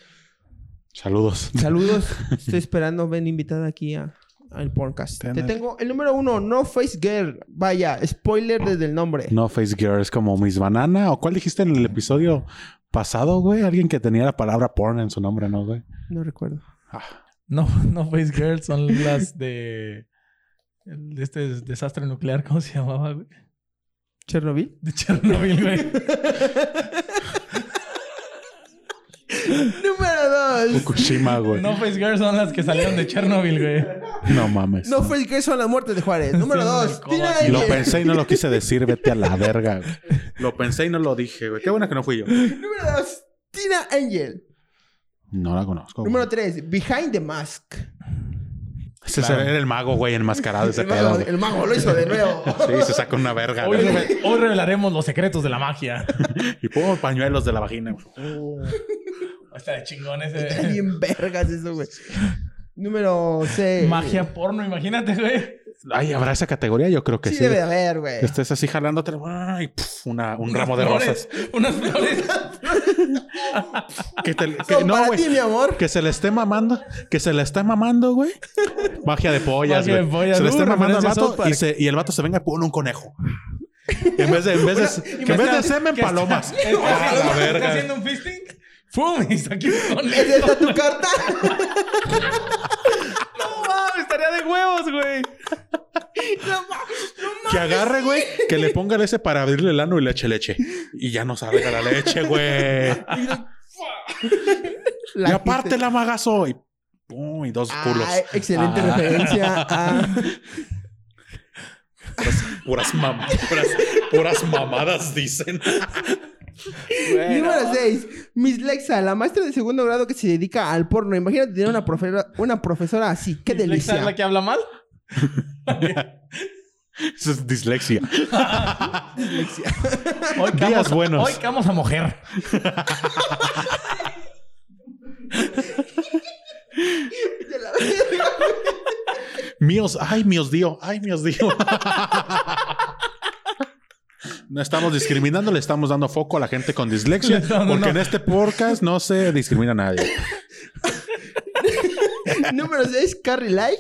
S2: Saludos.
S3: Saludos.
S2: <laughs>
S3: Estoy esperando ven invitada aquí a, al podcast.
S2: Ten
S3: Te
S2: el-
S3: tengo el número uno, No Face Girl. Vaya, spoiler desde el nombre.
S2: No Face Girl es como Miss Banana. ¿O cuál dijiste en el episodio pasado, güey? Alguien que tenía la palabra porn en su nombre, ¿no,
S3: <laughs>
S2: güey?
S3: No recuerdo.
S4: No, <laughs> no Face Girls son las de. el- de Este desastre nuclear, ¿cómo se llamaba, güey?
S3: ¿Chernobyl?
S4: De Chernobyl, güey.
S3: número dos.
S2: Fukushima, güey.
S4: No Face Girls son las que salieron de Chernobyl, güey.
S2: No mames.
S3: No Face Girl son las muertes de Juárez. Número
S4: Son
S3: dos.
S4: del Kovacs.
S3: Tina
S2: Lo
S3: Arena.
S2: pensé y no lo quise decir, vete a la verga. güey. Lo pensé y no lo dije, güey. Qué bueno que no fui yo.
S3: Número dos. Tina Angel.
S2: No la conozco. güey.
S3: Número tres. Behind the Mask.
S2: Ese
S4: Claro.
S2: era el mago, güey, enmascarado ese
S3: El mago,
S2: pedo. güey.
S3: el mago lo hizo de
S2: <laughs>
S3: nuevo.
S2: Sí, se saca una verga.
S4: Hoy,
S2: güey.
S4: reve- hoy revelaremos los secretos de la magia.
S2: Y pongo pañuelos de la vagina. güey.
S4: Está de chingón
S3: Está
S4: ese.
S3: bien vergas eso, güey. Número seis.
S4: Magia porno, imagínate, güey.
S2: Ay, ¿habrá esa categoría? Yo creo que
S3: Sí,
S2: sí.
S3: debe de haber, güey.
S2: Estés así jalándote y puf, una, un ramo de
S4: Unas
S2: rosas.
S4: flores, Unas flores.
S2: Que
S3: <laughs>
S2: te- que-
S3: Son
S2: no,
S3: para
S2: güey.
S3: ti, mi amor.
S2: Que se le esté mamando, que se le esté mamando, güey. Magia de pollas,
S4: Magia de
S2: güey.
S4: pollas.
S2: Se le esté
S4: Uh,
S2: mamando al
S4: referencia a South
S2: vato
S4: Park.
S2: y, se- y el vato se venga con un
S3: <laughs>
S2: conejo. En vez de, en vez de, que en vez de semen, palomas.
S4: Está,
S2: Ah, la
S3: Eh,
S4: haciendo, está
S2: verga.
S4: haciendo un fisting ¡Fum! Y saqué <laughs> un
S3: ¿Es
S4: boleto.
S3: esta tu carta?
S4: ¡No mames! Estaría de huevos, güey.
S2: Que agarre, güey, que le ponga el ese para abrirle el ano y le eche leche. Y ya no sabe a la leche,
S3: <laughs>
S2: güey.
S3: La
S2: y aparte
S3: gente-
S2: la magazo. Y, pum, y dos culos.
S3: Ah, excelente
S2: Ah.
S3: referencia. Ah.
S2: Puras, puras mam- puras- puras mamadas dicen.
S3: Número 6. Miss Lexa, la maestra de segundo grado que se dedica al porno. Imagínate tener una profesora, una profesora así. ¡Qué
S4: ¿Lexa
S3: delicia!
S4: es la que habla mal?
S2: Eso es <laughs> dislexia.
S3: Dislexia.
S4: Hoy que
S2: Días
S4: vamos a-
S2: buenos.
S4: Hoy que vamos a mojer.
S3: De la verga.
S2: Míos, ay, míos dio, ay, míos dio. <laughs> No estamos discriminando, le estamos dando foco a la gente con dislexia,
S4: Le estamos dando-
S2: porque en este podcast no se discrimina a nadie.
S3: <laughs> Número 6, Carrie Light.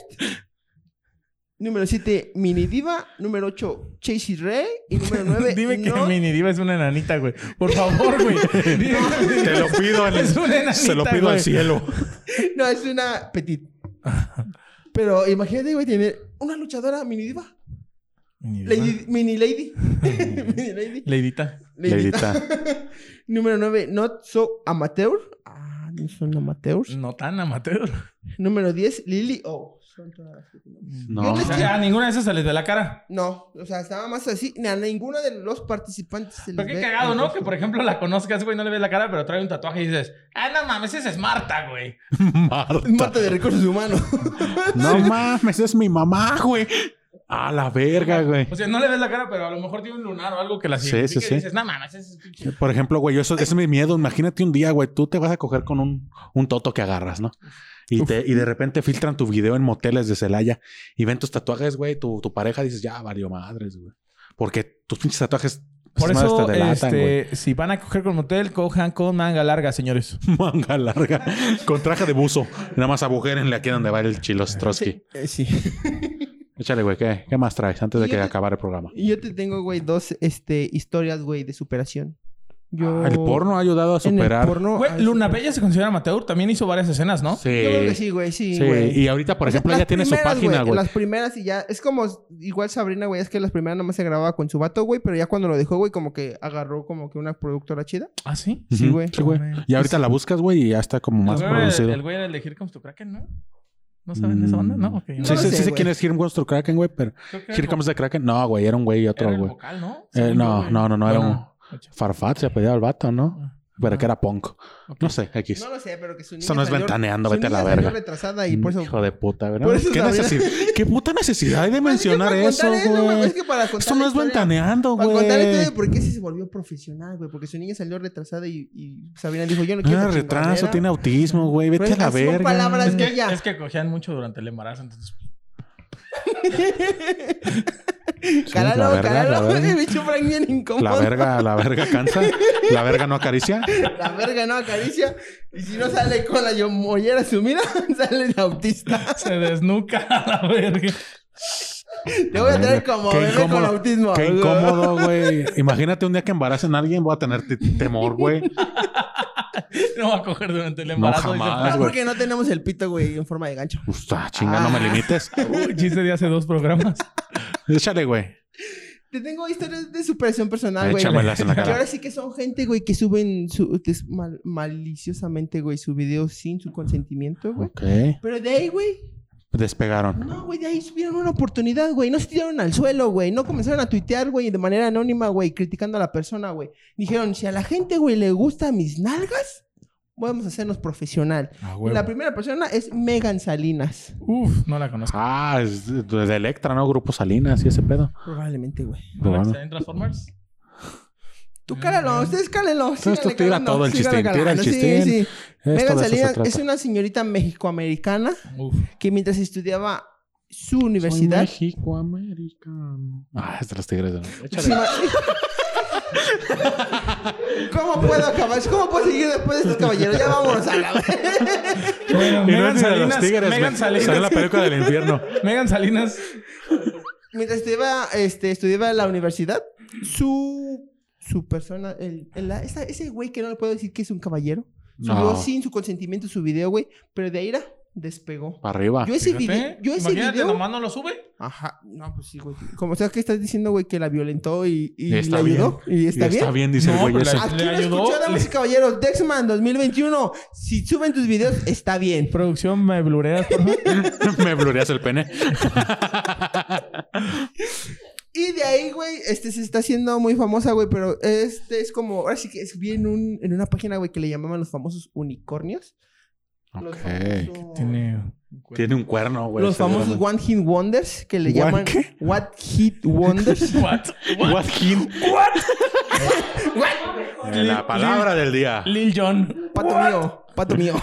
S3: Número 7, Mini Diva. Número 8, Chasey Ray. Y número 9,
S4: <laughs> Dime que
S3: no,
S4: Mini Diva es una enanita, güey. Por favor, güey. <laughs> Dime que Mini
S2: Te
S4: Diva
S2: lo pido, en el-
S4: Es una enanita,
S2: se lo pido al
S4: güey.
S2: cielo.
S3: no, es una Petit. Pero imagínate, güey, tener una luchadora Mini Diva.
S4: Mini Diva.
S3: Lady, mini
S4: <laughs>
S3: Lady. mini Lady.
S4: Leidita.
S3: Ladita.
S2: Leidita.
S3: Número 9, Not So Amateur. Ah, no son amateurs.
S4: Pues, No tan amateur.
S3: Número 10, Lily. Oh, son todas las que tenemos.
S2: No.
S4: O sea, a ninguna de esas se les ve la cara.
S3: No, o sea, estaba más así. ni A ninguno de los participantes se
S4: Pero
S3: les
S4: qué
S3: ve
S4: cagado,
S3: el
S4: ¿no?
S3: rostro.
S4: Que por ejemplo la conozcas, güey, no le ves la cara, pero trae un tatuaje y dices, ah, no mames, esa es Marta, güey.
S2: Marta.
S3: Mata de recursos humanos. <laughs>
S2: No mames, es mi mamá, güey. A la verga, güey.
S4: O sea, no le ves la cara, pero a lo mejor tiene un lunar o algo que la
S2: Sí,
S4: sigue.
S2: sí, sí.
S4: Y dices, no mames, esa es pinche".
S2: Por ejemplo, güey, yo eso, ese es mi miedo. Imagínate un día, güey, tú te vas a coger con un, un toto que agarras, ¿no? Y, te, y de repente filtran tu video en moteles de Celaya y ven tus tatuajes, güey. Tu, tu pareja dices, ya valió madres, güey. Porque tus pinches tatuajes
S4: Por
S2: esas madres
S4: eso,
S2: güey.
S4: este, si van a coger con motel, cojan con manga larga, señores.
S2: <laughs> Manga larga, con traje de buzo. Nada más agujérenle aquí donde va el Chilostrosky.
S3: Eh, sí.
S2: Échale, güey, ¿qué, ¿qué más traes antes de
S3: Y
S2: que
S3: yo te-
S2: acabe el programa?
S3: Y Yo te tengo, güey, dos este, historias, güey, de superación. Yo...
S2: Ah, El porno ha ayudado a
S3: En
S2: superar.
S3: el porno...
S4: Güey,
S3: ah,
S4: Luna
S3: sí.
S4: Bella se considera amateur, también hizo varias escenas, ¿no?
S2: Sí.
S3: Yo creo que sí, güey, sí,
S2: Sí,
S3: güey.
S2: y ahorita, por
S3: O sea,
S2: ejemplo, ella
S3: las
S2: tiene su
S3: primeras,
S2: página, güey.
S3: Las primeras y ya. Es como, igual Sabrina, güey, es que las primeras nomás se grababa con su vato, güey, pero ya cuando lo dejó, güey, como que agarró como que una productora chida.
S4: Ah, sí.
S3: Sí,
S2: Ujú,
S3: güey.
S2: Sí, güey. Y ahorita la buscas, güey, y ya está como más
S4: el, güey,
S2: producido. Mm.
S4: era- el güey era el de Here Comes to Kraken, ¿no? ¿No saben de esa banda? No, ok.
S3: No
S2: sí,
S3: lo
S2: sí,
S3: sé,
S2: sí sé
S3: güey.
S2: quién es Here Comes the Kraken, güey, pero
S4: Creo que era
S2: Here
S4: el
S2: Comes the Kraken. No, güey, era un güey y
S4: vo- era
S2: otro,
S4: el
S2: güey.
S4: vocal, ¿no?
S2: Eh,
S4: Según yo,
S2: no,
S4: güey.
S2: no, no, no, era un
S4: Bueno, ocho.
S2: Farfat, se apellidaba el vato, ¿no?
S4: Ah,
S2: Pero
S4: ah,
S2: que era punk.
S4: ok.
S2: No sé, X.
S3: No lo sé, pero que su niña
S2: Eso no es
S3: salió-
S2: ventaneando,
S3: su
S2: vete a
S3: niña
S2: la
S3: salió
S2: verga.
S3: retrasada y por eso...
S2: Hijo de puta, güey.
S3: Por eso
S2: ¿Qué,
S3: sabía.
S2: necesidad, ¿Qué puta necesidad hay de
S3: Pues es que
S2: mencionar
S3: para
S2: eso,
S3: contar güey,
S2: güey?
S3: Es que para contar
S2: Esto no
S3: la
S2: es
S3: historia-
S2: ventaneando,
S3: Para contar esto de
S2: güey.
S3: por qué sí se volvió profesional, güey. Porque su niña salió retrasada y, y Sabrina dijo, yo no
S2: No
S3: quiero
S2: era
S3: esa
S2: retraso,
S3: chingadera".
S2: tiene autismo, güey. Vete a
S3: Pues,
S2: la
S3: así son
S2: verga.
S3: palabras
S4: Es que,
S3: Ya.
S4: es que cogían mucho durante el embarazo, entonces. <laughs>
S2: Sí, la
S3: Caralo,
S2: verga,
S3: <laughs>
S2: la
S3: caralo.
S2: verga.
S3: El bicho Frank bien incómodo.
S2: La verga, la verga cansa. La verga no acaricia.
S3: <laughs> La verga no acaricia. Y si no sale con la mollera sumida, <laughs> sale de autista.
S4: Se desnuca a la verga.
S3: Te voy a traer como
S2: Qué
S3: bebé con
S2: incómodo,
S3: autismo.
S2: Qué incómodo, güey. Imagínate un día que embaracen a alguien, voy a tener t- temor, güey.
S4: No va a coger durante el embarazo. dice
S2: jamás,
S3: <laughs> Ah,
S4: Fran.
S2: güey.
S3: porque no tenemos el pito, güey, en forma de gancho.
S2: Usta, Pues, chinga, no me
S3: Ah.
S2: limites.
S4: Uy, Chiste de hace dos programas.
S2: Échale, güey.
S3: Te tengo historias de superación personal, güey.
S2: Échamelas en la
S3: Que
S2: cara.
S3: ahora sí que son gente, güey, que suben su, que es mal- maliciosamente, güey, su video sin su consentimiento, güey.
S2: Ok.
S3: Pero de ahí, güey,
S2: Despegaron.
S3: No, güey, de ahí subieron una oportunidad, güey. No se tiraron al suelo, güey. No comenzaron a tuitear, güey, de manera anónima, güey, criticando a la persona, güey. Dijeron, si a la gente, güey, le gustan mis nalgas, vamos a hacernos profesional. La primera persona es Megan Salinas.
S4: Uf, no la conozco.
S2: Ah, es de de Electra, ¿no? Grupo Salinas y ese pedo.
S3: Probablemente, güey.
S4: ¿No la que
S2: Bueno.
S4: está en Transformers?
S3: Tú cálalo, ustedes cálalo.
S2: Entonces
S3: síganle
S2: tú tira
S3: calando,
S2: todo el
S3: síganle
S2: chistín, tira el
S3: calando.
S2: chistín.
S3: Sí, sí.
S2: Esto de
S3: Megan
S2: eso se
S3: Salinas
S2: trata.
S3: es una señorita mexicoamericana
S4: Uf.
S3: que mientras estudiaba su
S2: Soy
S3: universidad...
S2: México, americano. Ah, es de los tigres. de Norte.
S3: Sí, ma- <laughs> ¿Cómo puedo acabar? ¿Cómo puedo seguir después de estos caballeros? Ya vámonos a la
S4: Bueno,
S2: Y no
S4: Megan
S2: es ni de los
S4: Salinas.
S2: tigres.
S4: Megan
S2: me-
S4: Salinas.
S2: Salió en la película del
S3: <laughs>
S2: infierno.
S4: <laughs> Megan Salinas.
S3: <laughs> Mientras estudiaba, este, estudiaba en la universidad, su, su persona, el, el- la- esa- ese güey que no le puedo decir que es un caballero, Subió
S2: No.
S3: sin su consentimiento su video, güey. Pero de ahí era, despegó.
S2: Para arriba.
S3: Yo ese video.
S4: Fíjate,
S3: Yo ese
S4: imagínate,
S3: video.
S4: nomás no lo sube.
S3: Ajá. No, pues sí, güey. Como sabes que estás diciendo, güey, que la violentó y, y
S2: Y está
S3: la ayudó. Y está,
S2: Y
S3: bien. pues
S2: dice
S4: No,
S2: el güey
S4: pero
S2: ese.
S4: la-
S3: Aquí
S4: ¿Le
S3: lo
S4: ayudó?
S3: escuchó, damas y
S4: Le-
S3: caballeros. Dexman 2021. Si suben tus videos, está bien.
S4: Producción, me blureas, por favor.
S2: Me blureas el pene.
S3: Y de ahí, güey, este se está haciendo muy famosa, güey, pero este es como, ahora sí que es bien un, en una página, güey, que le llamaban los famosos unicornios. Los
S2: Ok.
S3: famosos-
S4: Tiene...
S2: <laughs> Tiene un cuerno, güey.
S3: los famosos
S2: seguramente.
S3: One Hit Wonders, que le
S2: ¿One
S3: llaman
S2: qué?
S3: What Hit
S4: <laughs>
S3: Wonders.
S4: What? What?
S2: What him? Eh, La palabra del día.
S4: Lil
S2: <laughs>
S4: Jon.
S3: pato mío, pato mío.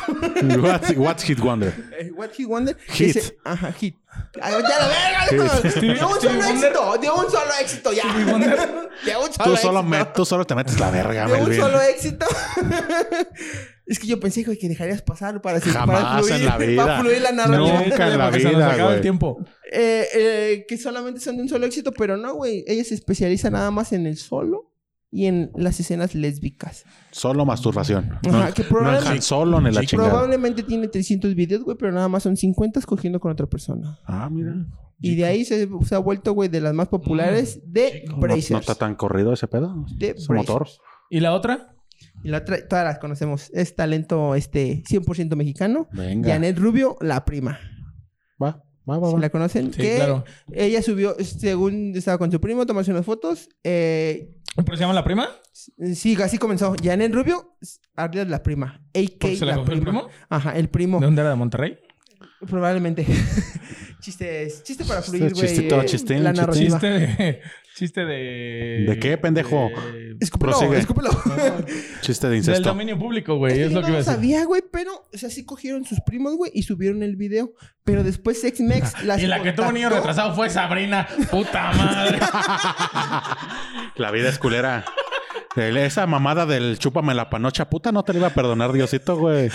S2: What's, what's hit wonder?
S3: Eh, What Hit Wonder.
S2: Hit.
S3: ese- ajá, Hit. Ay, ya la verga,
S2: <laughs>
S3: déjalo.
S4: Stevie-
S3: de un
S4: Stevie
S3: solo
S4: Wonder.
S3: éxito, de un solo éxito, ya. <laughs> De un solo
S2: Tú solo,
S3: éxito.
S2: me- tú solo te metes la verga,
S3: de un
S2: Melvin.
S3: solo éxito. <laughs> es que yo pensé, güey, que dejarías pasar para, se- para
S2: Jamás en la vida.
S3: <laughs> para fluir la narrativa.
S2: Nunca en la
S4: Porque se nos
S2: vida,
S4: acaba el
S2: güey.
S4: tiempo.
S3: Eh, eh, que solamente son de un solo éxito, pero no, güey. Ella se especializa nada más en el solo y en las escenas lésbicas.
S2: Solo masturbación.
S3: Ajá,
S2: no,
S3: que
S2: no en
S3: probablemente,
S2: Han Solo ni la
S4: Sí,
S2: chingada.
S3: probablemente tiene 300 videos, güey, pero nada más son 50 cogiendo con otra persona.
S2: Ah, mira. No-
S3: Y de ahí se, se ha vuelto, güey, de las más populares
S4: Mm,
S3: de
S2: No,
S3: Brazers.
S2: está tan corrido ese pedo.
S3: De
S2: Su motor.
S3: Brazers.
S4: ¿Y la otra?
S3: Y la otra, todas las conocemos. Es talento este 100% mexicano.
S2: Venga.
S3: Janet Rubio, la prima.
S2: Va, va, va.
S3: si
S2: va.
S3: la conocen.
S4: Sí,
S3: que
S4: claro.
S3: Ella subió, según estaba con su primo, tomarse unas fotos. Eh,
S4: ¿Pero se llama la prima?
S3: sí, así comenzó. Janet Rubio, Arias la prima. AK
S4: ¿Porque se la
S3: la
S4: cogió el
S3: prima.
S4: primo?
S3: Ajá, el primo.
S4: ¿De dónde era? ¿De Monterrey?
S3: Probablemente. <laughs> Chistes, chiste para
S2: Chiste,
S3: fluir, güey.
S2: chiste, todo
S3: eh,
S2: chistín,
S3: La
S2: chistín.
S3: narrativa.
S4: Chiste de... <laughs> Chiste de...
S2: ¿De qué, pendejo?
S4: de-
S3: Escúpelo,
S2: Prosigue.
S3: escúpelo.
S4: <laughs>
S2: Chiste de
S4: Del
S2: incesto.
S4: dominio público,
S3: Es
S4: güey.
S3: que
S4: Es
S3: yo
S4: lo
S3: no
S4: que iba a decir.
S3: sabía, güey, pero, o sea, sí cogieron sus primos, güey, y subieron el video. Pero después Sex
S4: <laughs>
S3: Mex las
S4: Y la que tuvo niño
S3: contactó.
S4: retrasado fue Sabrina.
S3: <laughs>
S4: Puta madre.
S2: La vida es culera. El- Esa mamada del chúpame la panocha puta no te la iba a perdonar Diosito, güey.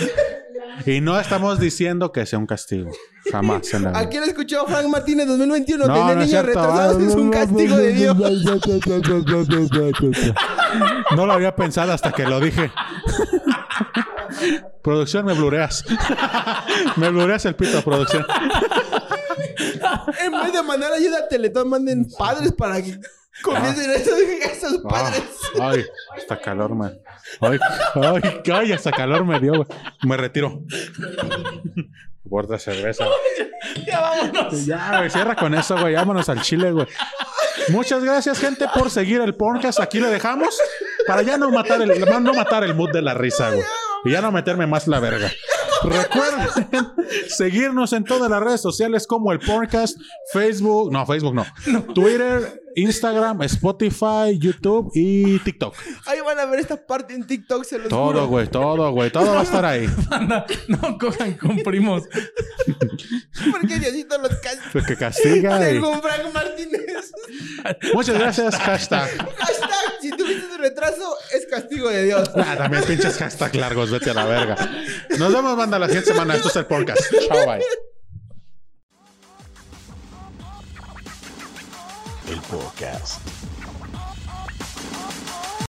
S2: Y no estamos diciendo que sea un castigo. Jamás
S3: <laughs>
S2: en la vida.
S3: Aquí lo escuchó Frank Martínez 2021.
S2: No,
S3: Tener
S2: no es
S3: niños
S2: cierto.
S3: retrasados es un castigo de Dios.
S2: No lo había pensado hasta que lo dije. producción, me blureas. me blureas el pito, producción.
S3: <laughs> En vez de mandar ayuda a Teletón, manden padres para que comiencen eso a sus
S2: Ah,
S3: padres.
S2: ay, hasta calor, man. Ay, ay, ay, hasta calor me dio, güey. Me retiro. Borda cerveza.
S4: ya vámonos.
S2: Ya, güey, cierra con eso, güey. Vámonos al chile, güey. Muchas gracias, gente, por seguir el podcast. Aquí le dejamos para ya no matar el, no matar el mood de la risa, güey. Y ya no meterme más la verga. Recuerden seguirnos en todas las redes sociales como el podcast, Facebook, no, Facebook no, Twitter, Instagram, Spotify, YouTube y TikTok.
S3: Ahí van a ver esta parte en TikTok, se los
S2: Todo,
S3: juro.
S2: güey, todo, güey, todo va a estar ahí.
S4: Anda, no cojan con primos.
S3: Porque Diosito los castiga.
S2: Que castiga. y-
S3: Según Frank Martínez. <laughs>
S2: Muchas gracias, hashtag.
S3: Hashtag, si tuviste un retraso, es castigo de Dios.
S2: Ah, también pinches hashtag largos, vete a la verga. Nos vemos, banda, la siguiente semana. Esto es el podcast. Chao, bye.
S1: El podcast.